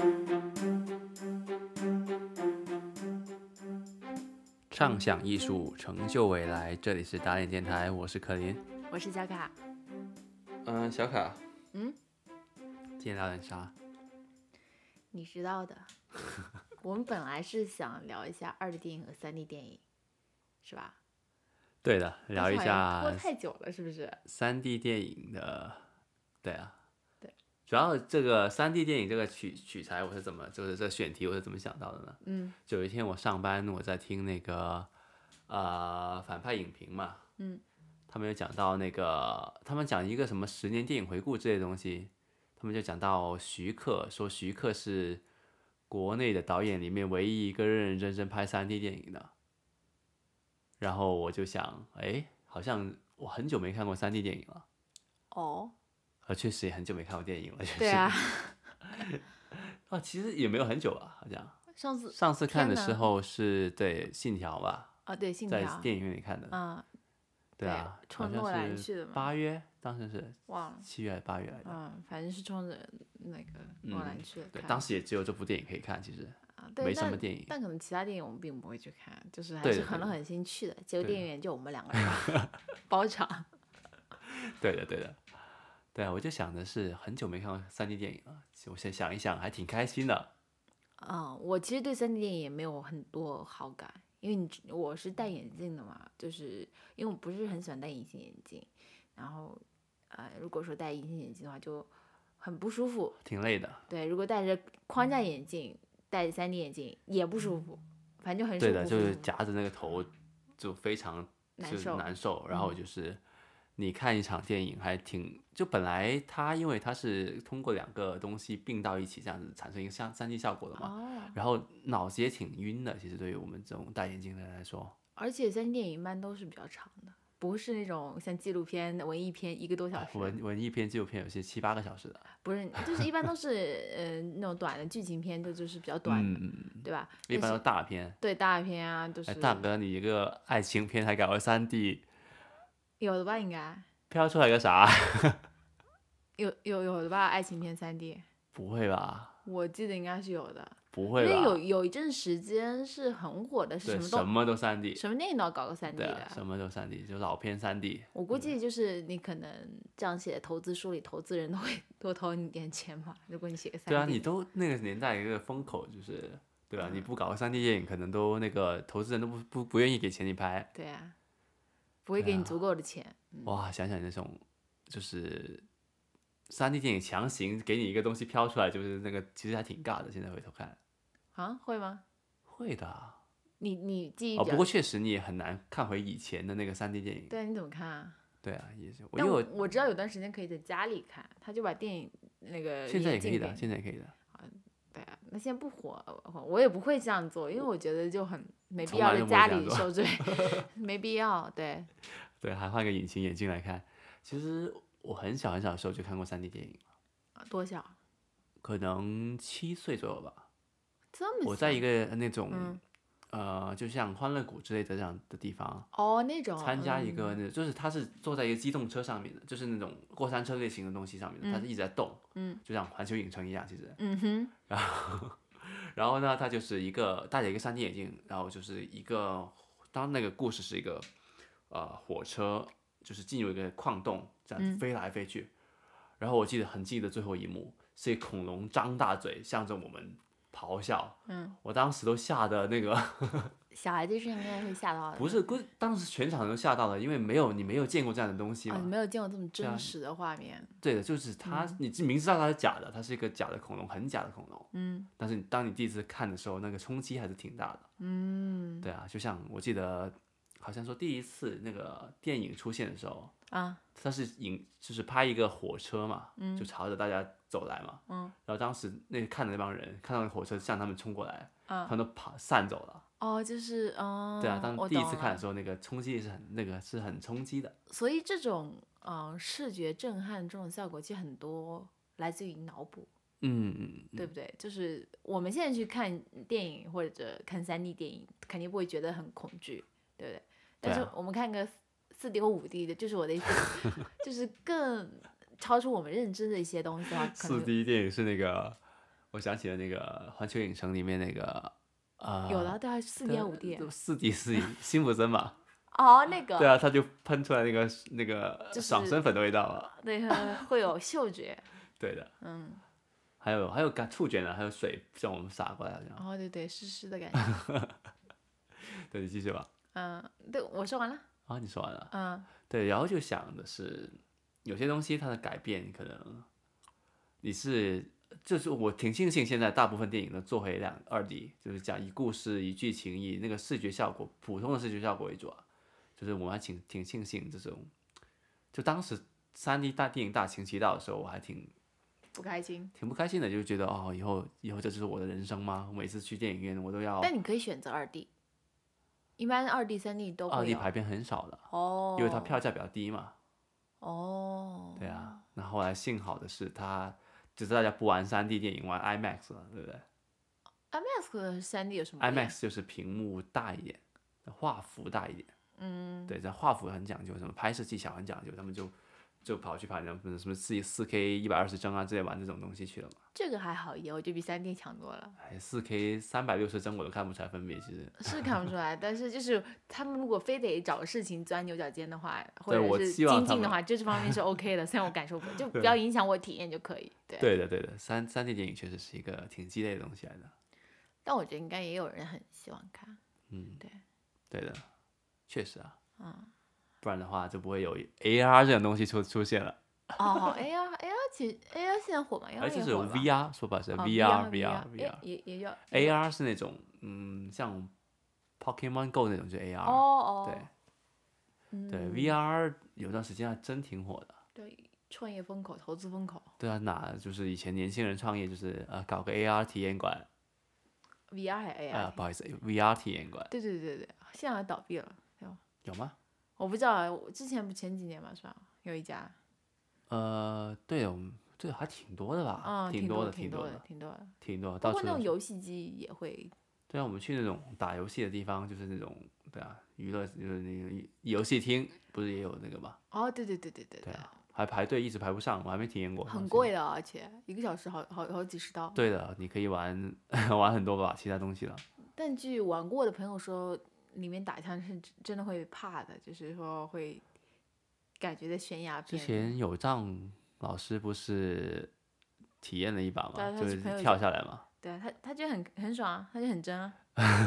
嗯畅想艺术，成就未来。这里是打脸电台，我是柯林。我是小卡，嗯、小卡，嗯，今天聊点啥？你知道的。 我们本来是想聊一下二 D 电影和三 D 电影，是吧？对的，聊但一是好像下拖太久了，是不是？三 D 电影的，对啊，对，主要这个三 D 电影这个取取材我是怎么，就是这选题我是怎么想到的呢？嗯就有一天我上班，我在听那个呃反派影评嘛，嗯，他们有讲到那个，他们讲一个什么十年电影回顾之类的东西，他们就讲到徐克，说徐克是国内的导演里面唯一一个认认真真拍三 D 电影的。然后我就想，哎，好像我很久没看过三 D 电影了，哦，呃，确实也很久没看过电影了，确实。对啊， 啊，其实也没有很久吧，好像上次上次看的天呐时候是对《信条》吧，啊，对，信在条，电影院里看的。啊，对对啊，冲好像诺兰是去的嘛八月，当时是忘了，七月还是八月来着？嗯，反正是冲着那个诺兰去的嗯对，看当时也只有这部电影可以看，其实啊对没什但么电影。但可能其他电影我们并不会去看，就是还对是的狠对了的狠心去的，结果对电影院就我们 两个人包场。对的，对的，对啊，我就想的是很久没看过三 D 电影了，其实我现在想一想还挺开心的。嗯，我其实对三 D 电影也没有很多好感，因为你知我是戴眼镜的嘛，就是因为我不是很喜欢戴隐形眼镜，然后呃，如果说戴隐形眼镜的话就很不舒服，挺累的，对，如果戴着框架眼镜戴三 D 眼镜也不舒服，反正就很舒对服，嗯的，不就是舒服夹着那个头就非常难就是受嗯难受，然后就是你看一场电影还挺就本来它因为它是通过两个东西并到一起这样子产生一个像三 D 效果的嘛，哦，然后脑子也挺晕的，其实对于我们这种戴眼镜的人来说，而且三 D 电影一般都是比较长的，不是那种像纪录片、文艺片一个多小时，啊文文艺片、纪录片有些七八个小时的，不是，就是一般都是呃那种短的剧情片，就就是比较短的，嗯，嗯对吧？一但般是都大片。对大片啊，就哎，是大哥，你一个爱情片还搞个三 D，有的吧，应该飘出来个啥？ 有有有的吧，爱情片三 D，不会吧？我记得应该是有的，不因会为吧？有有一阵时间是很火的，是对，什么什都么都三 D，什么电影都要搞个三 D 对啊，的。什么都嗯三 D，就老片三 D。我估计就是你可能这样写投资书里，投资人都会多投你点钱嘛。如果你写个三 D，嗯对啊，你都那个年代一个风口就是，对啊，你不搞个三 D 电影，可能都那个投资人都不不不愿意给钱你拍。对啊，不哎会给你足够的钱。哇，想想这种就是三 D 电影强行给你一个东西飘出来，就是那个其实还挺尬的。现在回头看，啊，会吗？会的啊。你你记忆哦，比不较、过确实你也很难看回以前的那个三 D 电影。对啊，你怎么看啊？对啊，也是。我但因为我我我知道有段时间可以在家里看，他就把电影那个现在也可呃眼镜以给的，你现在也可以的。对啊，那现在不火，我我也不会这样做，因为我觉得就很没必从要来在就不会家这样里做 受罪，没必要。对，对，还换个隐形眼镜来看。其实我很小很小的时候就看过三 D 电影，啊多小？可能七岁左右吧。这么小我在一个那种、嗯呃，就像欢乐谷之类的这样的地方，哦那种参加一个嗯那、就是它是坐在一个机动车上面的，就是那种过山车类型的东西上面的，它是一直在动，嗯，就像环球影城一样，其实。嗯哼然后呢，它就是一个戴着一个三 D 眼镜，然后就是一个，当然那个故事是一个，呃，火车就是进入一个矿洞，这嗯样飞来飞去。然后我记得很记得最后一幕是一恐龙张大嘴向着我们咆哮，嗯，我当时都吓得那个， 小孩子是应该会吓到的，不是，估当时全场都吓到了，因为没有你没有见过这样的东西啊嘛。你没有见过这么啊真实的画面，对的，嗯就是它，你明知道它是假的，它是一个假的恐龙，很假的恐龙。嗯但是你当你第一次看的时候，那个冲击还是挺大的。嗯对啊，就像我记得，好像说第一次那个电影出现的时候，啊它是影就是拍一个火车嘛，就朝着大家走来嘛，嗯然后当时那看的那帮人看到那火车向他们冲过来，啊他们都跑散走了。哦就是嗯对啊，当我第一懂次看了的时候，那个冲击力是很那个是很冲击的。所以这种嗯、呃视觉震撼这种效果其实很多来自于脑补。嗯嗯，嗯对不对？就是我们现在去看电影或者看三 D 电影，肯定不会觉得很恐惧，对不对？但对是啊我们看个四 D 或五 D 的，就是 我的意思，就是更超出我们认知的一些东西的话，可四能 D 电影是那个我想起了那个《环球影城》里面那个呃，有了，大概四点五 D 四 D 四 D，辛普森嘛，哦，那个对啊，他就喷出来那个那个就是啊爽身粉的味道了，那个会有嗅觉，对的， 嗯，还有还有感触觉呢，啊还有水向我们洒过来，好像，哦对对，湿湿的感觉，对，你继续吧。嗯，对我说完了，啊，你说完了，嗯，对，然后就想的是，有些东西它的改变可能你是，就是我挺庆幸现在大部分电影能做回两二 D，就是讲以故事、以剧情、以那个视觉效果，普通的视觉效果为主啊，就是我还挺挺庆幸这种，就当时三 D 大电影大行其道的时候，我还挺不开心，挺不开心的，就觉得哦，以后以后这就是我的人生吗？每次去电影院我都要但你可以选择二 D，一般二 D、三 D 都二会 D 有，啊排片很少的，哦，因为它票价比较低嘛。哦，对啊，那后来幸好的是他，就是大家不玩3 D 电影，玩 IMAX 了，对不对，IMAX 和三 D 有什么不一样？IMAX 就是屏幕大一点，呃画幅大一点，嗯，对，这画幅很讲究，什么拍摄技巧很讲究，他们就就跑去拍什么什么四四 K 一百二十帧啊之类玩这种东西去了嘛。这个还好一点，我觉得比三 D 强多了，哎，四 K 三百六十帧我都看不出来分别，其实。 是看不出来，但是就是他们如果非得找事情钻牛角尖的话，或对我者是希望精他进的们话，这方 面是 OK 的，虽然我感受不，就不要影响我体验就可以，对。对的，对的，三三 D 电影确实是一个挺鸡肋的东西来的。但我觉得应该也有人很希望看，嗯，对，对的，确实啊，嗯，不然的话就不会有 AR 这种东西出出现了。哦，AR AR 其实 AR 现在火吗？AR 而且也哎是有火吧 VR，说白是哦 VR VR VR 也也也叫 AR 是那种嗯，像 Pokemon Go 那种就 AR，、哦哦，对对对，VR 有段时间还真挺火的。对，创业风口、投资风口对啊，哪就是以前年轻人创业就是呃搞个 AR 体验馆，VR 还啊、 AR，、呃不好意思，VR 体验馆对对对对，现在好像倒闭了，对吧？有吗？我不知道啊，我之前不前几年嘛是吧？有一家，呃，对哦，对，还啊挺多的吧，嗯，挺多的，的，挺多的的，，挺多的，挺多的。包到括处那都种是游戏机也会，对啊，我们去那种打游戏的地方，就是那种对啊，娱乐就是那个游戏厅，不是也有那个吗？哦，对对对对对对啊，还排队一直排不上，我还没体验过，很放心贵的，啊而且一个小时好好好几十刀。对的，你可以玩 玩很多吧，其他东西了。但据玩过的朋友说，里面打枪是真真的会怕的，就是说会感觉在悬崖之边。前有藏老师不是体验了一把对啊嘛，他就去是朋友跳家下来嘛， 对啊，他他就很很爽啊，他就很真啊。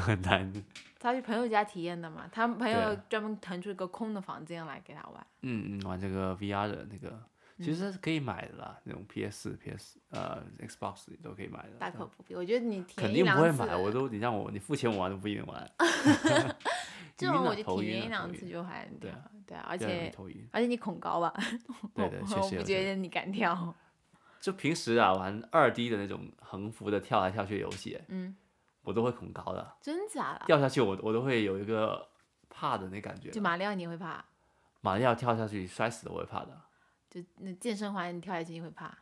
很难。嗯他去朋友家体验的嘛，他们朋友对啊专门腾出一个空的房间来给他玩。嗯嗯，玩这个 VR 的那个，其嗯实是可以买的啦，那种 PS、PS 呃 Xbox 都可以买的。大可不必。我觉得你体啊肯验一定两不次，会买，我都你让我你付钱我玩都不一定玩。 这晕种啊我就头体晕验啊一头两次晕就还对挺啊好对啊，而对啊容易且头晕。而且你恐高 吧？对我的确我实有不这觉得你敢跳。就平时啊玩二 D 的那种横幅的跳来跳去的游戏，嗯，我都会恐高的。真假的？掉下去我我都会有一个怕的那感觉就。马里奥你也会怕？马里奥跳下去摔死的我会怕的，就那健身环你跳下去你会怕？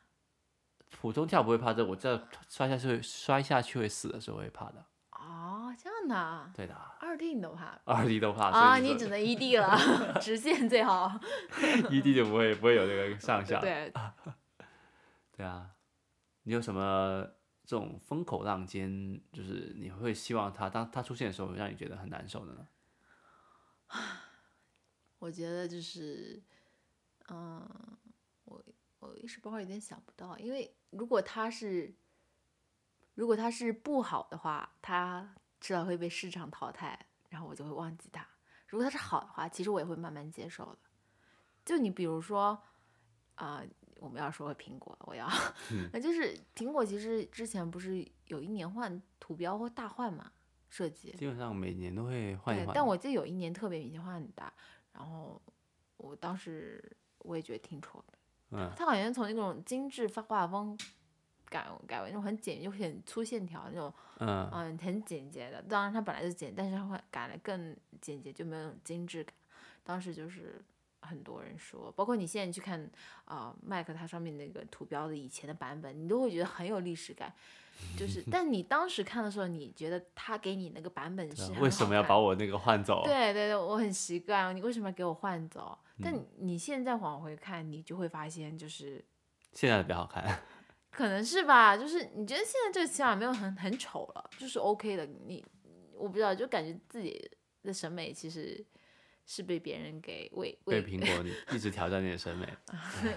普通跳不会怕的，我这摔下去会摔下去会死的时候会怕的。哦，这样的啊，对的啊，二 D 你都怕？二 D 都怕，啊，所以你就只能一 D 了， 直线最好。一 D 就不会不会有这个上下。对，对啊，你有什么这种风口浪尖，就是你会希望它当它出现的时候让你觉得很难受的呢？我觉得就是，嗯，我我一时半会儿有点想不到，因为如果它是，如果它是不好的话，它迟早会被市场淘汰，然后我就会忘记它；如果它是好的话，其实我也会慢慢接受的。就你比如说，啊、我们要说回苹果，我要，那就是苹果其实之前不是有一年换图标或大换嘛设计，基本上每年都会换一换对的。但我记得有一年特别明显换很大，然后我当时我也觉得挺丑的。嗯它好像从那种精致发画风改改为那种很简约、就很粗线条那种，嗯嗯，很简洁的。当然它本来就简，但是它会改的更简洁，就没有那种精致感。当时就是很多人说，包括你现在去看啊、Mac 它上面那个图标的以前的版本，你都会觉得很有历史感。就是， 但你当时看的时候，你觉得它给你那个版本对是啊很为什好么要看把我那个换走？对对啊对，我很习惯。你为什么要给我换走？但你现在往回看，你就会发现，就是现在的比较好看。可能是吧，就是你觉得现在这个起码没有很很丑了，就是 OK 的。你我不知道，就感觉自己的审美其实是被别人给喂对喂。苹果，你一直挑战你的 审美，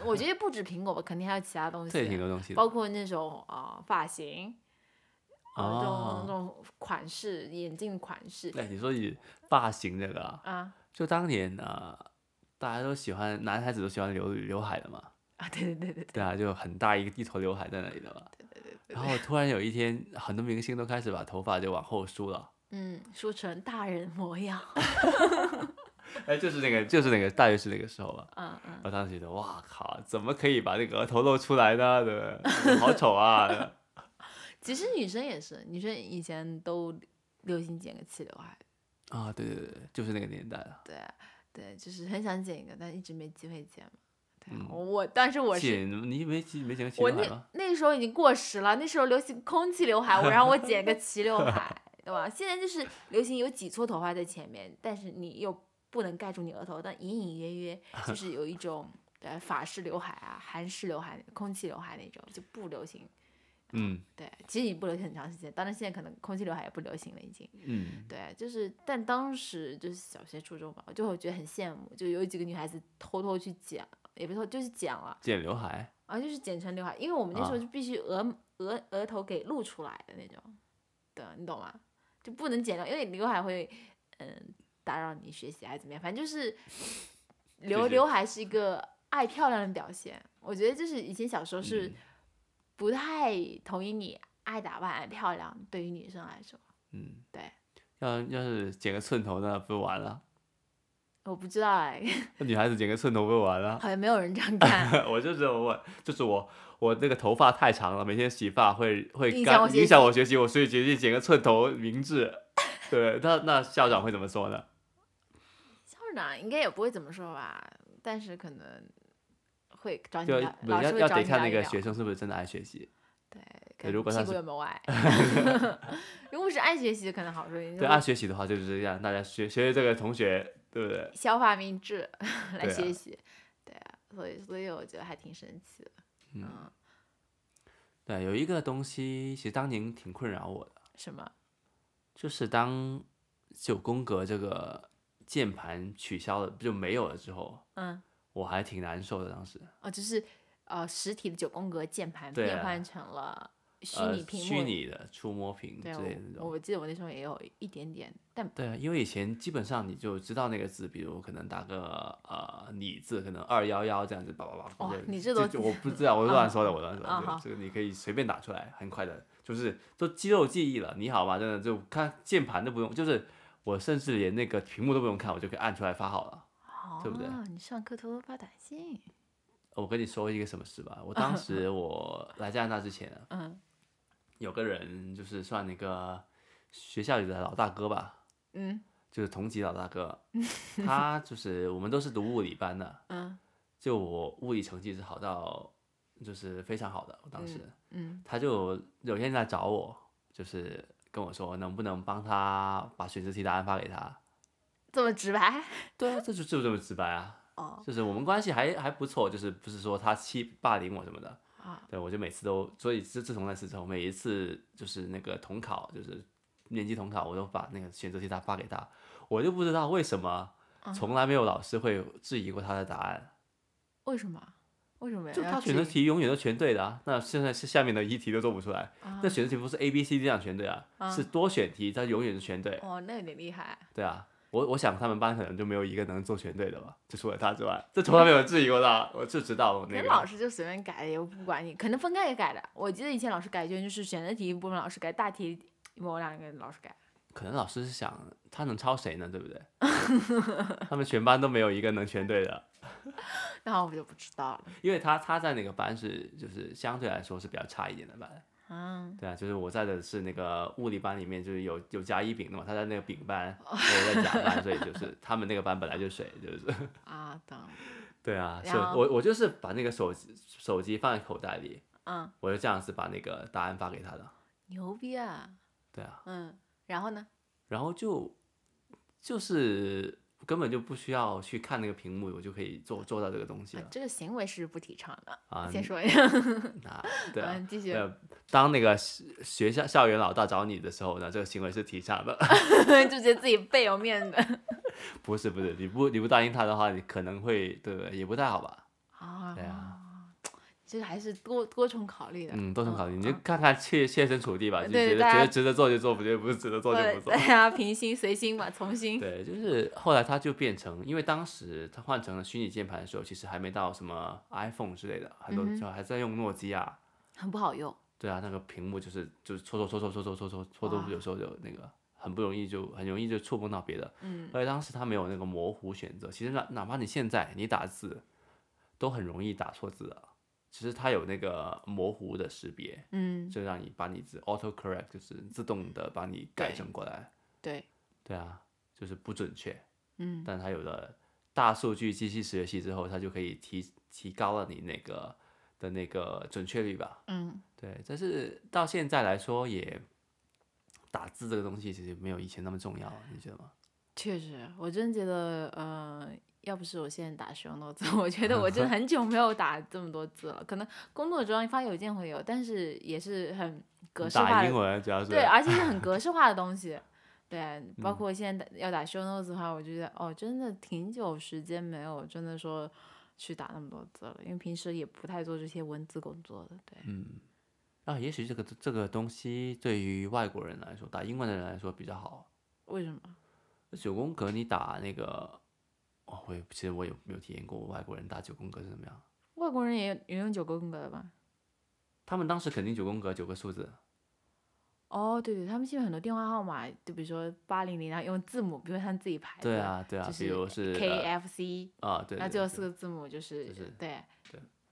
我觉得不止苹果吧，肯定还有其他东西这也挺的，多东西的包括那种啊、呃发型，啊、这种这哦。种款式，眼镜款式哎，你说你发型这个啊，啊就当年啊、呃大家都喜欢，男孩子都喜欢留刘海的嘛，啊，对对对对对对啊，就很大一个一头刘海在那里的嘛。对对对对，然后突然有一天，很多明星都开始把头发就往后梳 了。嗯，梳成大人模样，哎，就是那个，就是那个，大约是那个时候吧。嗯嗯，我当时觉得，哇靠，怎么可以把那个额头露出来呢？对不对？好丑 啊！其实女生也是，女生以前都流行剪个齐刘海，啊，对对对，对就是那个年代了。对啊对，就是很想剪一个，但一直没机会剪嘛。对啊、嗯我但是我是剪你没剪没剪过齐我刘海那吗？那个时候已经过时了，那时候流行空气刘海，我让我剪个齐刘海，对吧？现在就是流行有几撮头发在前面，但是你又不能盖住你额头，但隐隐约约就是有一种呃法式刘海啊、韩式刘海、空气刘海那种就不流行。嗯对，其实已经不流行很长时间，当然现在可能空气刘海也不流行了，已经。嗯，对，就是，但当时就是小学、初中吧，我就会觉得很羡慕，就有几个女孩子偷偷去剪，也不是偷，就是剪了，剪刘海啊，就是剪成刘海，因为我们那时候啊就必须额、额额头给露出来的那种，对，你懂吗？就不能剪掉，因为刘海会，嗯，打扰你学习还是啊怎么样，反 正就是留是刘海是一个爱漂亮的表现。我觉得就是以前小时候是嗯不太同意你爱打扮、爱漂亮，对于女生来说，嗯，对，要要是剪个寸头那不就完了？我不知道哎，那女孩子剪个寸头不就完了？好像没有人这样啊看。我就只有我，就是我，我那个头发太长了，每天洗发会会影干响我学影响我学习，我所以决定剪个寸头明智。对，那那校长会怎么说呢？校长应该也不会怎么说吧，但是可能会找你就聊，老要师会要找得你看聊那一个聊。学生是不是真的爱学习。对，对看如果他屁股是有没有歪。 如果是爱学习，可能好说一点。对，爱啊学习的话就是这样，大家学学学这个同学，对不对？ 消化明 智来对啊学习，对啊，所以所以我觉得还挺神奇的。嗯，对，有一个东西其实当年挺困扰我的，什么？就是当九宫格这个键盘取消了，就没有了之后，嗯，我还挺难受的。当时，哦，就是呃，实体的九宫格键盘对啊变换成了虚呃，拟屏幕。虚拟的触摸屏之对，类的那种我。我记得我那时候也有一点点，但对啊，因为以前基本上你就知道那个字，比如可能打个呃“你”字，可能二幺幺这样子，叭叭叭。哦对你这都就我不知道，我乱说的，我乱说啊的。好对，这个你可以随便打出来，很快的，就是都肌肉记忆了。你好吗？真的就看键盘都不用，就是我甚至连那个屏幕都不用看，我就可以按出来发好了。哦，对不对你上课偷偷发短信，我跟你说一个什么事吧，我 当时我来加拿大之前啊，嗯有个人就是算那个学校里的老大哥吧，嗯就是同级老大哥， 他就是我们都是读物理班的，嗯就我物理成绩是好到就是非常好的，我当时、嗯他就有一天来找我，就是跟我说能不能帮他把选择题答案发给他。这么直白对啊，这就就这么直白啊，哦就是我们关系还还不错，就是不是说他欺霸凌我什么的。啊对，我就每次都，所以自自从那次之后，每一次就是那个统考，就是年级统考，我都把那个选择题他发给他，我就不知道为什么嗯从来没有老师会质疑过他的答案，为什么？为什么就要他质哎选择疑题永远都全对的、啊，那现在是下面的一题都做不出来，啊那选择题不是 A B C D 这样全对啊，是多选题，他永远是全对，哦，那有点厉害。对啊。我我想他们班可能就没有一个能做全对的吧，就除了他之外，这从来没有质疑过他，我就知道我可那能个老师就随便改的，也不管你。可能分开也改的。我记得以前老师改卷就是选择题一部分老师改，大题某两个老师改。可能老师是想他能抄谁呢，对不对？ 他们全班都没有一个能全对的，那我就不知道了。因为他他在那个班是就是相对来说是比较差一点的班，嗯，对啊，就是我在的是那个物理班里面就是有有甲乙丙的嘛，他在那个丙 班，我在甲班，所以就是他们那个班本来就水，就是 啊，懂了。对啊，然所以后我我就是把那个手机手机放在口袋里，嗯，我就这样子把那个答案发给他的，牛逼啊。对啊，嗯，然后呢？然后就就是根本就不需要去看那个屏幕，我就可以做做到这个东西啊了这个行为是不提倡的。啊。先说一下，啊，对啊嗯， 继续，呃，当那个学学校校园老大找你的时候呢，这个行为是提倡的。啊 就觉得自己倍有面子不是不是，你不你不答应他的话，你可能会对不对？也不太好吧？啊对其实还是多多重考虑的。嗯，多重考虑，你就嗯看看切切身处地吧，就对觉得大觉家得值得做就做，不觉得不是值得做就对不做 大。家平心随心吧，从心。对，就是后来它就变成，因为当时它换成了虚拟键盘的时候，其实还没到什么 iPhone 之类的，很多嗯哼就还在用诺基亚。很不好用。对啊，那个屏幕就是就是搓搓搓搓搓搓搓搓搓哇都有时候有那个很不容易就很容易就触碰到别的，嗯，而且当时它没有那个模糊选择，其实哪哪怕你现在你打字都很容易打错字的，只是它有那个模糊的识别，嗯，就让你把你字 auto correct 就是自动的把你改正过来。对，对啊，就是不准确，嗯，但它有了大数据机器学习之后，它就可以提提高了你那个的那个准确率吧。嗯，对，但是到现在来说也。打字这个东西其实没有以前那么重要了，你觉得吗？确实，我真觉得，呃，要不是我现在打使用多字， 我觉得我真的很久没有打这么多字了。可能工作中发邮件会有，但是也是很格式化打英的，文主要是嗯对，而且是很格式化的 东西。对，包括现在打要打 show notes 的话，我就觉得哦，真的挺久时间没有真的说去打那么多字了，因为平时也不太做这些文字工作的。对，嗯啊，也许这个这个东西对于外国人来说，打英文的人来说比较好。为什么？九宫格你打那个，哦，我也其实我有没有体验过外国人打九宫格是怎么样？外国人也也用九宫格的吧？他们当时肯定九宫格九个数字，哎哦，对对，他们现在很多电话号码，就比如说八零零，然后用字母，比如他们自己排的，对啊对啊，就呃比如是 K F C，呃啊对，那对最后对四个字母就是就是对，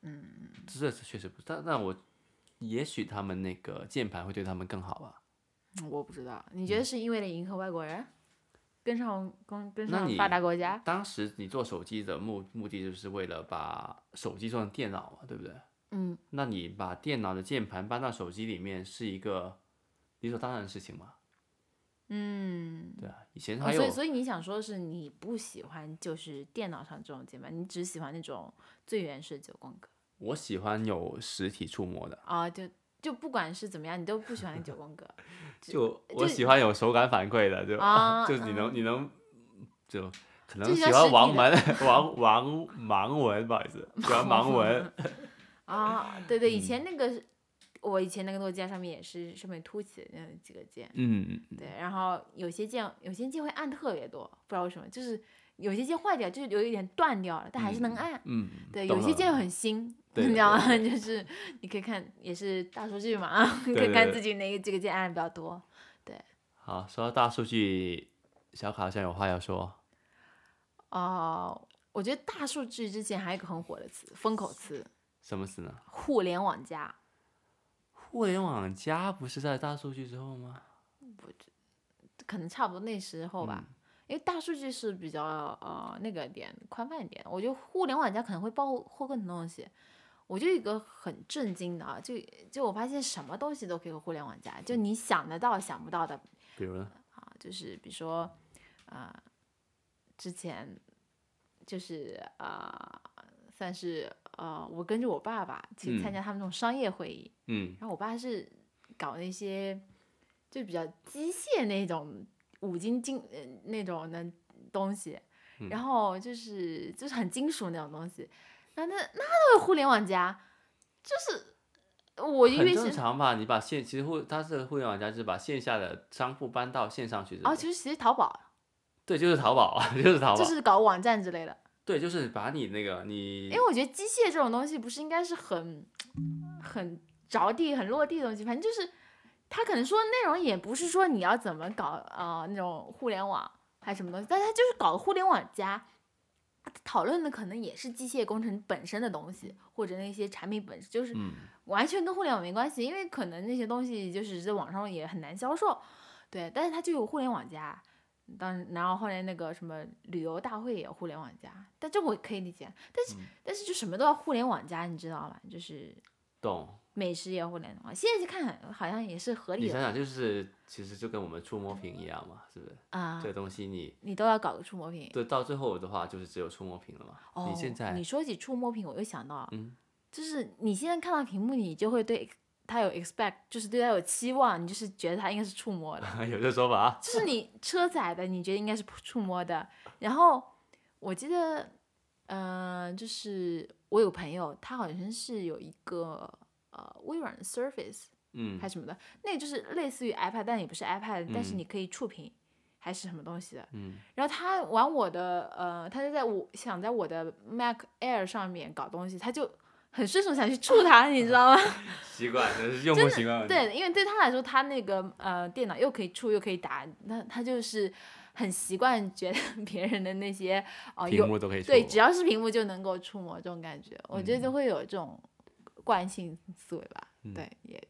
嗯这是确实不是，但但我也许他们那个键盘会对他们更好吧？嗯我不知道，你觉得是因为了迎合外国人，跟上跟跟那上你发达国家？当时你做手机的目目的就是为了把手机做成电脑嘛，对不对？嗯，那你把电脑的键盘搬到手机里面是一个理所当然的事情嘛？嗯，对啊，以前哦还有、所以所以你想说的是你不喜欢就是电脑上这种键盘，你只喜欢那种最原始的九宫格 我喜欢有实体触摸的，啊、就就不管是怎么样，你都不喜欢那九宫格就就我喜欢有手感反馈的，就、啊就你能、你能就可就能比喜较实欢王体的文 王王盲文，不好意思，喜 欢盲文啊，嗯对对，以前那个是、我以前那个诺基亚上面也是上面凸起的那几个键，嗯，对，然后有些键有些键会按特别多，不知道为什么，就是有些键坏掉，就是有一点断掉了，但还是能按。嗯，对，懂有了些键很新，对你的知道对吗？ 就是你可以看，也是大数据嘛， 啊，可以对看对自己哪个这个键按的比较多。好，说到大数据，小卡好像有话要说，哦、我觉得大数据之前还有一个很火的词，风口词，什么词呢？互联网加。互联网加不是在大数据之后吗？可能差不多那时候吧，因为大数据是比较呃那个点宽泛一点，我觉得互联网加可能会包括更多东西。我就有一个很震惊的啊，就就我发现什么东西都可以和互联网加，就你想得到想不到的比如呢？啊，就是比如说啊、之前就是啊、算是呃，我跟着我爸爸去参嗯加他们那种商业会议，嗯，然后我爸是搞那些就比较机械那种五金金呃那种的东西，嗯然后就是就是很金属那种东西，然后那那都是互联网加，就是我因很为正是常吧？你把线其实互它是互联网加，就是把线下的商铺搬到线上去之类的，哦，其实其实淘宝对，就是淘宝啊， 就是淘宝，就是搞网站之类的，对，就是把你那个你因为我觉得机械这种东西不是应该是很很着地、很落地的东西，反正就是他可能说的内容也不是说你要怎么搞啊、呃那种互联网还是什么东西，但他就是搞互联网加，讨论的可能也是机械工程本身的东西，或者那些产品本身，就是嗯。完全跟互联网没关系，因为可能那些东西就是在网上也很难销售，对，但是它就有互联网加。当然后后来那个什么旅游大会也有互联嗯网加，但这个我可以理解。但是、但是就什么都要互联网加，你知道吗？就是懂。美食也要互联网化，现在去看好像也是合你理想的想，就是其实就跟我们触摸屏一样嘛，是不是？啊这。个东西你你都要搞个触摸屏对到最后的话，就是只有触摸屏了嘛。哦。你现在你说起触摸屏，我又想到，嗯，就是你现在看到屏幕，你就会对它有 expect，就是对它有期望，你就是觉得它应该是触摸的。 有这说法 啊？就是你车载的，你觉得应该是触摸的。然后我记得，嗯、就是我有朋友，他好像是有一个呃微软的 Surface 嗯还是什么的，那个就是类似于 iPad，但也不是 iPad，但是嗯你可以触屏。还是什么东西的，嗯然后他玩我的，呃，他就在我想在我的 Mac Air 上面搞东西，他就很顺手想去触它，你知道吗？习惯这是用户习惯问题。对，因为对他来说，他那个呃电脑又可以触又可以打，那他就是很习惯觉得 别人的那些呃屏有幕都可以触对，摸。只要是屏幕就能够触摸这种感觉，我觉得就会有这种惯性思维吧。嗯对，也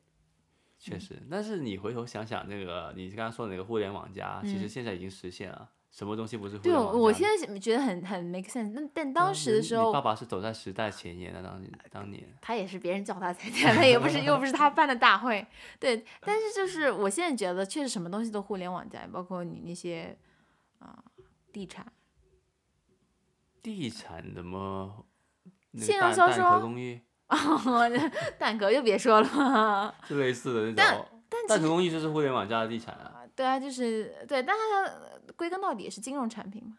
确实。但是你回头想想，那个你刚刚说的那个互联网加，其实现在已经实现了。什么东西不是互嗯对联我网我加现呢在是觉得很很 make sense，但但当嗯时的你时你爸候。爸是走在时代前沿的，当年当年。他也是别人叫他参加的，也不是又不是他办的大会， 对。但是就是我现在觉得，确实什么东西都互联网加，包括你那些啊、地产，地产怎么？那个线上蛋销蛋售壳啊公寓 蛋壳就别说了嘛。就类似的那但种， 但蛋壳其实公寓就是互联网加的地产啊。啊，对啊，就是对，但它呃归根到底也是金融产品嘛，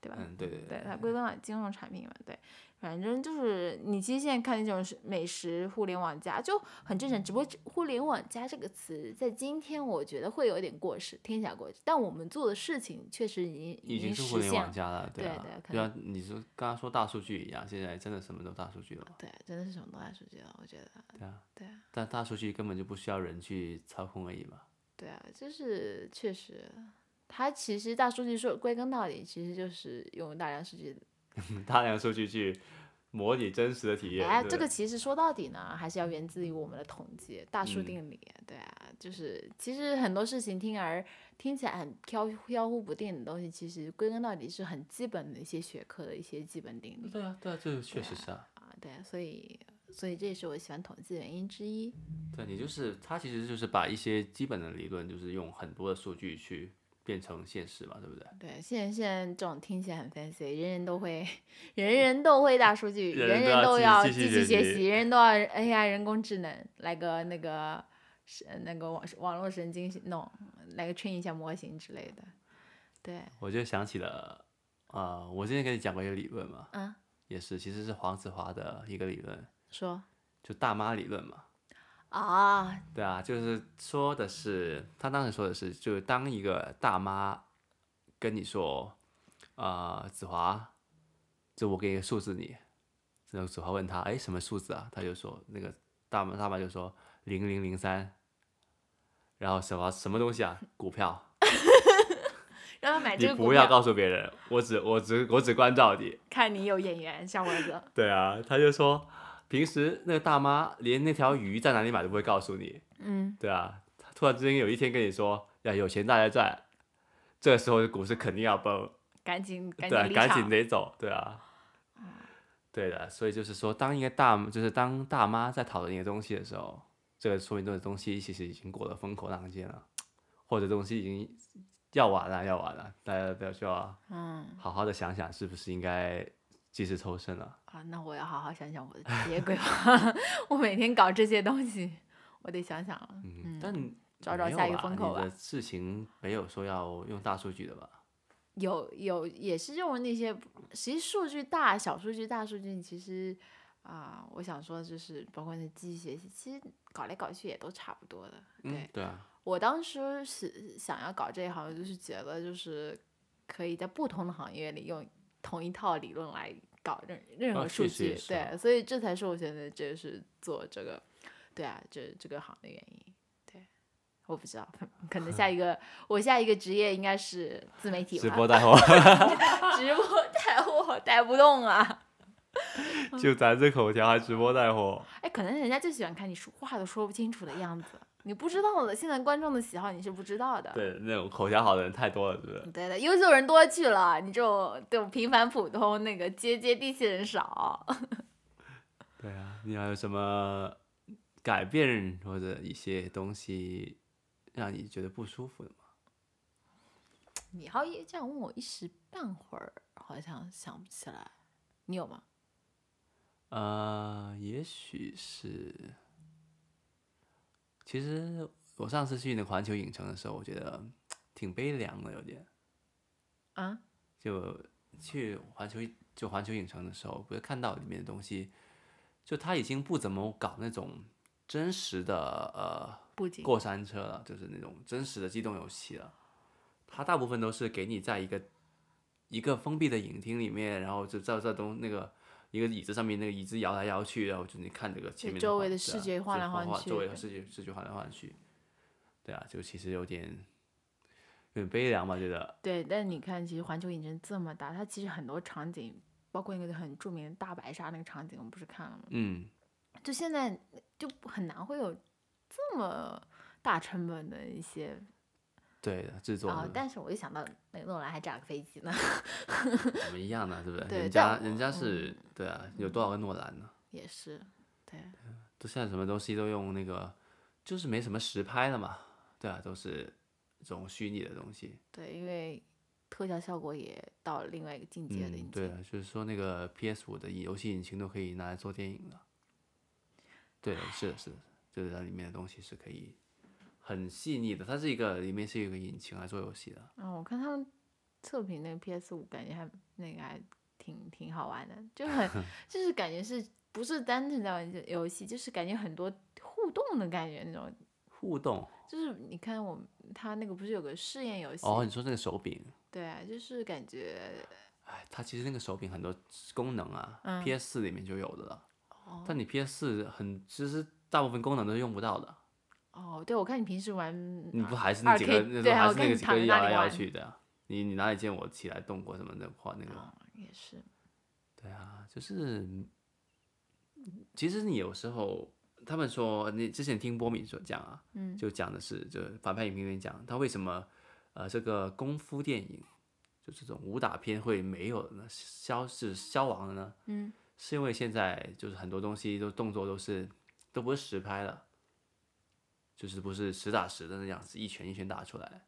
对吧？嗯，对对对，它归根到底金融产品嘛，对。反正就是你其实现在看那种是美食互联网加就很正常，只不过这“互联网加”这个词在今天我觉得会有点过时，听起来过时。但我们做的事情确实已经已经是互实联现网了，加了，对啊对，可就像你说刚刚说大数据一样，现在真的什么都大数据了嘛，对，真的是什么都大数据了，我觉得，对啊，对啊，但大数据根本就不需要人去操控而已嘛，对啊，就是确实，它其实大数据说归根到底其实就是用大量数据嗯大量数据去模拟真实的体验，哎，对这不个其实说到底呢，还是要源自于我们的统计大数嗯定理。对啊，就是其实很多事情听而听起来很飘飘忽不定的东西，其实归根到底是很基本的一些学科的一些基本定对理对啊，对啊，这个确实是啊，啊。对啊，所以所以这也是我喜欢统计的原因之一。对你就是它其实就是把一些基本的理论，就是用很多的数据去变成现实嘛，对不对？对，现在现在这种听起来很 fancy，人人都会，人人都会大数据，人人人都人要都继继续要继续学学习习，人人都要 AI 人工智能来个那个是那个网网络神经弄，来个 train 一下模型之类的。对，我就想起了，啊，我之前跟你讲过一个理论嘛，嗯，也是其实是黄子华的一个理论，说就大妈理论嘛，啊，对啊，就是说的是，他当时说的是，就是当一个大妈跟你说，啊、子华，就我给你个数字你，然后子华问他，哎，什么数字啊？他就说那个大妈大妈就说零零零三，然后什么什么东 西啊？股票，让他买你哎这个股不要票，告诉别人，我只我只我只关照你。看你有眼缘，小伙子。对啊，他就说，平时那个大妈连那条鱼在哪里买都不会告诉你。 嗯，对啊，他突然之间有一天跟你说要有钱大家赚，这时候股市肯定要崩，赶紧赶对、啊紧，离赶紧场。嗯得走，对啊，对的，所以就是说，当一个大就是当大妈在讨论一个东西的时候，这个说明这个东西其实已经过了风口浪尖了，或者东西已经要完了，要完了，大家不要就要嗯好好的想想是不是应该及时抽身了。啊，那我要好好想想我的职业规划。 我每天搞这些东西，我得想想了。嗯，但找找没有下一个啦风口你的吧事情没有说要用大数据的吧？有有也是用那些，其实数据大、小数据、大数据，其实啊、我想说的就是包括那机器学习，其实搞来搞去也都差不多的。对、嗯，对啊，我当时是想要搞这一行，就是觉得就是可以在不同的行业里用同一套理论来搞任任啊何确数实也据，是啊对，所以这才是我现在就是做这个，对啊，这这个行的原因。对，我不知道， 可能下一个我下一个职业应该是自媒体吧。直播带货。 直播带货带不动啊！就咱这口条还直播带货，哎，可能人家就喜欢看你说话都说不清楚的样子，你不知道的。现在观众的喜好你是不知道的。 嗯对，那种口条好的人太多了，是不是？对的，优秀人多去了，你这种这种平凡普通那个接接地气人少。 对啊，你还有什么改变或者一些东西让你觉得不舒服的吗？你要一这样问我一时半会儿，好像想不起来。你有吗？呃，也许是。其实我上次去那个环球影城的时候，我觉得挺悲凉的，有点。啊，就去环球就环球影城的时候，不是看到里面的东西，就他已经不怎么搞那种真实的呃不仅过山车了，就是那种真实的机动游戏了。它大部分都是给你在一个一个封闭的影厅里面，然后就在在东那个一个椅子上面，那个椅子摇来摇去，然后就你看这个前面周画围对的啊视觉就晃来晃去周围的视觉视觉晃来晃去。对啊，就其实有点有点悲凉吧，觉得对，但你看，其实环球影城这么大，它其实很多场景，包括那个很著名的大白鲨那个场景，我们不是看了吗？嗯。就现在就很难会有这么大成本的一些对的，制作啊、的但是我一想到那诺兰还炸个飞机呢， 怎么一样呢？对不对？对人但家人我嗯家是，对啊，有多少个诺兰呢？也是，对，都现在什么东西都用那个，就是没什么实拍了嘛，对啊，都是这种虚拟的东西。对，因为特效效果也到了另外一个境界了，已嗯，经。对啊，就是说那个 PS 五的游戏引擎都可以拿来做电影了。对的，是的，是的，就是它里面的东西是可以很细腻的，它是一个里面是有一个引擎来做游戏的。嗯，我看他们测评那个 PS 五，感觉还那个还挺挺好玩的，就很就是感觉是不是单纯在玩游戏，就是感觉很多互动的感觉那种。互动就是你看我们他那个不是有个试验游戏？哦，你说那个手柄，对啊，就是感觉哎，它其实那个手柄很多功能啊、嗯 p s 四里面就有的了。哦但你 PS 四很，其实大部分功能都是用不到的，哦，对我看你平时玩你不还是那啊二几个， K 那对时候啊，还我是那看个你几躺个在摇那来里摇玩，去的啊，你你哪里见我起来动过什么的话那个？哦也是，对啊，就是，其实你有时候他们说，你之前听波米所讲啊，嗯就讲的是，就反派影评里面讲，他为什么呃这个功夫电影，就这种武打片会没有呢，消是消亡了呢？嗯，是因为现在就是很多东西都动作都是都不是实拍了，就是不是实打实的那样子，一拳一拳打出来，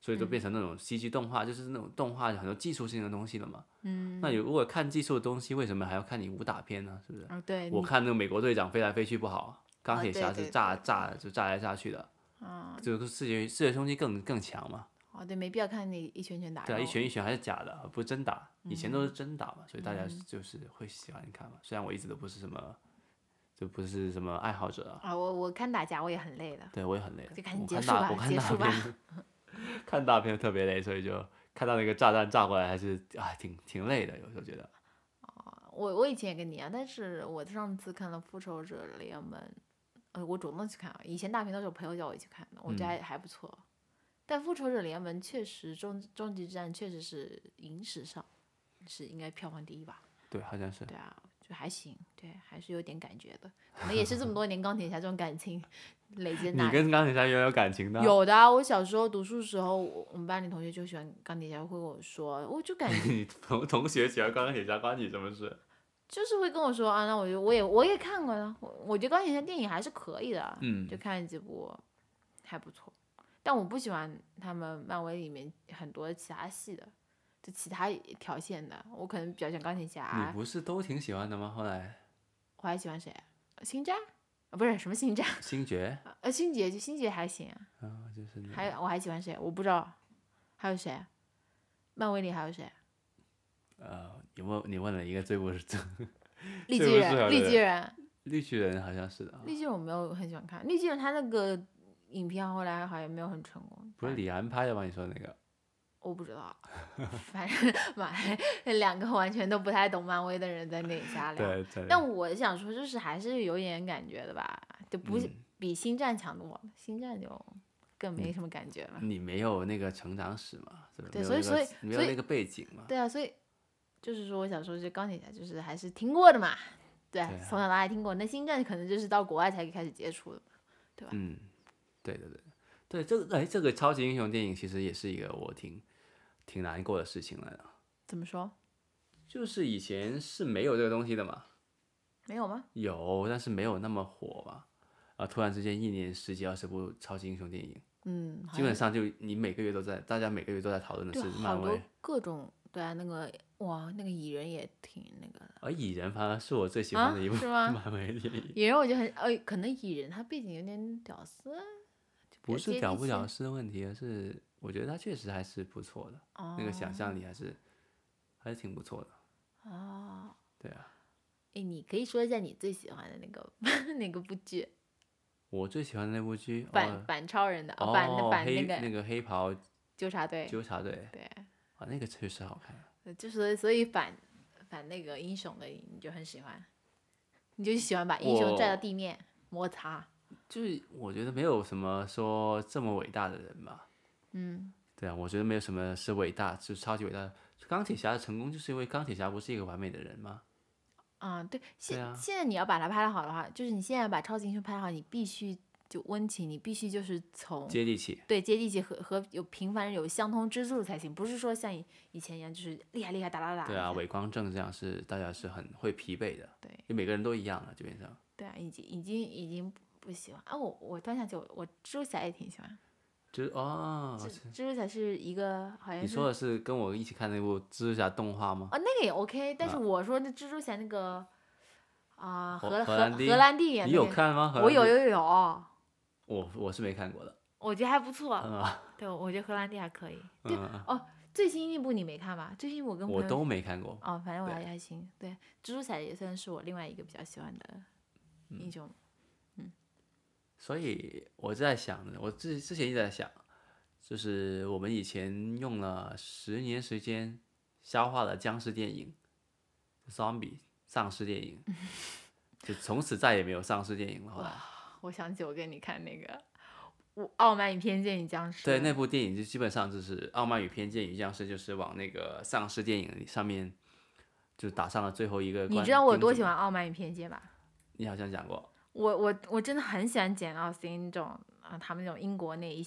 所以都变成那种 CG 动画，就是那种动画有很多技术性的东西了嘛。嗯，那你如果看技术的东西，为什么还要看你武打片呢？是不是？哦对，我你看那个美国队长飞来飞去不好啊，钢啊铁对侠对是对炸炸就炸来炸去的，啊就是视觉视觉冲击更更强嘛。哦对，没必要看你一拳拳打对啊，肉一拳一拳还是假的，不是真打。以前嗯都是真打嘛，所以大家就是会喜欢看嘛。虽然我一直都不是什么，就不是什么爱好者啊，啊，我我看打架我也很累的，对我也很累。就赶紧我结看束大吧我看结大束吧片， 看大片特别累，所以就看到那个炸弹炸过来，还是啊挺挺累的，有时候觉得。我我以前也跟你一样，但是我上次看了《复仇者联盟》，呃，我主动去看啊。以前大屏都是我朋友叫我去看的，我觉嗯得还、还不错。但《复仇者联盟》确实终终极之战确实是影史上是应该票房第一吧？对，好像是。对啊，就还行，对，还是有点感觉的。可能也是这么多年钢铁侠这种感情 累积你哪跟钢铁侠也有感情的啊，有的啊、我小时候读书时候，我我们班里同学就喜欢钢铁侠，会跟我说，我 就感觉 你同同学喜欢钢铁侠关你什么事？就是会跟我说啊，那我就我也我也看过了，我我觉得钢铁侠电影还是可以的，啊嗯就看了几部，还不错。但我不喜欢他们漫威里面很多其他戏的，就其他条线的，我可能比较喜欢钢铁你侠，啊不是都挺喜欢的吗？后来我还喜欢谁？星战啊，不是什么星战， 星爵呃，星爵就星爵还行啊，啊，就是那还有我还喜欢谁？我不知道，还有谁？啊漫威里还有谁？呃，你问你问了一个最不是最 绿这巨不是还有人，绿谁巨人，绿巨人好像是的啊，绿巨人我没有很喜欢看，绿巨人他那个影片后来好像没有很成功，不是李安拍的吗？你说那个我不知道， 反正嘛，两个完全都不太懂漫威的人在那里瞎聊。对对，但我想说，就是还是有点感觉的吧，就不嗯是比星战强多了，星战就更没什么感觉了。你没有那个成长史嘛，是吧？对没有所那以所个以没有所以那个背景嘛，对啊，所以就是说，我想说，这钢铁侠就是还是听过的嘛，对啊，对啊从小到大听过。那星战可能就是到国外才开始接触的，嗯，对对对对，这个哎，这个超级英雄电影其实也是一个我挺挺难过的事情来的，怎么说？就是以前是没有这个东西的嘛，没有吗？有，但是没有那么火吧。啊，突然之间一年十几二十部超级英雄电影，嗯，好基本上像就你每个月都在，大家每个月都在讨论的对是好漫多威，各种对啊，那个哇，那个蚁人也挺那个的。而蚁人反而是我最喜啊欢的一部是吗 漫威电影，蚁人我觉得很，呃，可能蚁人他背景有点屌丝不是接屌地不屌气丝的问题，而是我觉得他确实还是不错的，哦，那个想象力还是还是挺不错的，哦。对啊。哎，你可以说一下你最喜欢的那个 那个部剧，我最喜欢的那部剧，反哦反超人的，哦，反反黑个个黑袍纠察队，纠察队对，啊，那个确实好看。呃就是所以反反那个英雄的你就很喜欢，你就喜欢把英雄拽到我地面摩擦，就是我觉得没有什么说这么伟大的人吧。嗯，对啊，我觉得没有什么是伟大，就是超级伟大的。钢铁侠的成功就是因为钢铁侠不是一个完美的人吗？啊、对，现、啊现在你要把它拍得好的话，就是你现在把超级英雄拍得好，你必须就温情，你必须就是从接地气，对接地气和和有平凡人有相通之处才行，不是说像以以前一样就是厉害厉害打打打。对啊，这样伪光正这样是大家是很会疲惫的，对因为每个人都一样了，基本上。对啊，已经已经已经不喜欢啊！我我突然想起我我蜘蛛侠也挺喜欢，就是哦，蜘蜘蛛侠是一个好像你是说的是跟我一起看那部蜘蛛侠动画吗？啊，那个也 OK，但是啊我说那蜘蛛侠那个啊、荷荷荷荷兰弟荷兰弟演你那有个看吗？荷我兰有弟有有有，我我是没看过的。我觉得还不错。啊，对，我觉得荷兰弟还可以。哦就、嗯哦，最新一部你没看吧？最新一部我跟我朋友都没看过。哦，反正我对还还行。对，蜘蛛侠也算是我另外一个比较喜欢的嗯英雄。所以我在想呢，我之之前一直在想，就是我们以前用了十年时间消化了僵尸电影、zombie 丧尸电 影，就从此再也没有丧尸电影了。后来，我想起我跟你看那个《我傲慢与偏见与僵尸》。对那部电影就基本上就是《傲慢与偏见与僵尸》，就是往那个丧尸电影上面就打上了最后一个。你知道我多喜欢？《傲慢与偏见》吧？你好像讲过，我我我真的很喜欢简奥斯汀这种啊，他们那种英国那一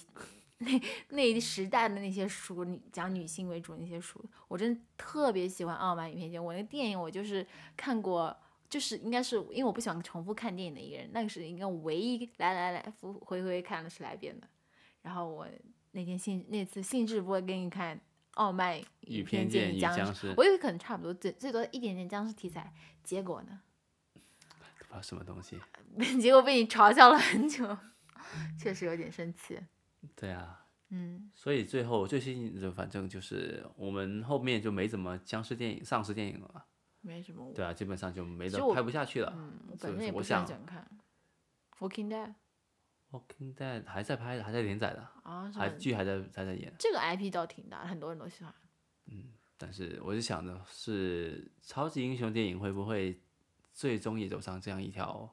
那那一时代的那些书，女讲女性为主那些书，我真的特别喜欢《傲慢与偏见》。我那个电影我就是看过，就是应该是因为我不喜欢重复看电影的一个人，那个是应该唯一来来来复回回看了十来遍的。然后我那天兴那次兴致勃勃给你看《傲慢与偏偏见见与僵僵尸我以为可能差不多，最最多一点点僵尸题材，结果呢？不知道啊什么东西。 结果被你嘲笑了很久， 确实有点生气。对啊，嗯，所以最后最新的反正就是我们后面就没怎么僵尸电影、丧尸电影了嘛，没什么。我对啊，基本上就没其实得我拍不下去了。嗯，我是本身是也我不是想很喜欢看《Walking Dead Walking Dead 还在拍的，还在连载的，》啊，什还么剧还在还在演。这个 IP 倒挺大，很多人都喜欢。但是我就想着是超级英雄电影会不会最终也走上这样一条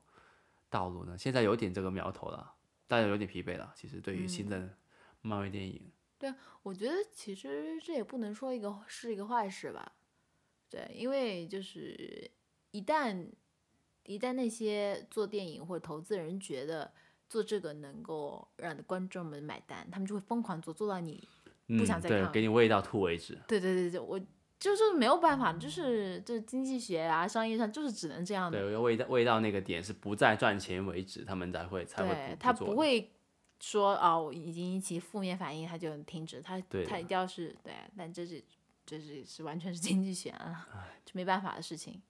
道路呢？现在有点这个苗头了，大家有点疲惫了。其实对于新嗯的漫威电影，我觉得其实这也不能说一个是一个坏事吧，对，因为就是一旦一旦那些做电影或者投资人觉得做这个能够让观众们买单，他们就会疯狂做，做到你嗯，不想再看对，了给你喂到吐为止。对对对对，我就是没有办法，就是就是经济学啊，商业上就是只能这样的。对，要喂到喂到那个点是不再赚钱为止，他们才会才会不他不做不的会说啊，我已经引起负面反应，他就停止，他对他的一定要是对，但这是这是是完全是经济学啊，就没办法的事情。嗯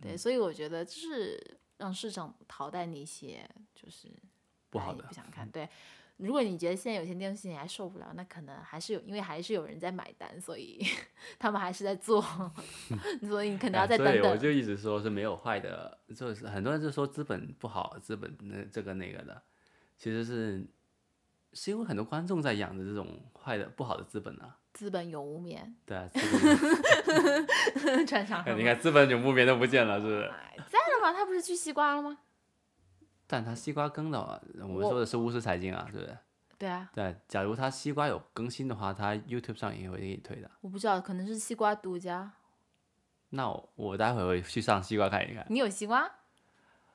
对，所以我觉得就是让市场淘汰那些就是不哎好你的嗯不。想看。对，如果你觉得现在有些东西你还受不了，那可能还是有，因为还是有人在买单，所以 他们还是 在做，所以你可能要哎再等所以我等。就一直说是没有坏的，就是很多人就说资本不好，资本那这个那个的，其实是是因为很多观众在养着这种坏的不好的资本啊。资本永无 眠，对啊，资本穿上哎你看资本永不眠都不见了，是不在是？了吗？他不是去西瓜了吗？但他西瓜更的啊，我们我说的是巫师财经啊，是不是？对啊，对，假如他西瓜有更新的话，他 YouTube 上也会给你推的。我不知道，可能是西瓜独家。那我我待会儿会去上西瓜看一看。你有西瓜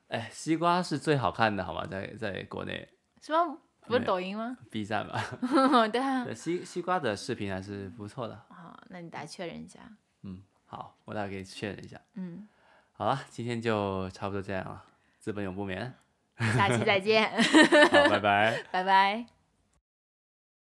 哎，西瓜是最好看的，好吗？在在国内是吗？不是没有抖音吗？ B 站吧，对啊，对西西瓜的视频还是不错的。啊，那你打确认一下。嗯，好，我待会给你确认一下。嗯，好了，今天就差不多这样了。资本永不眠，下期再见， 好，拜拜。拜拜。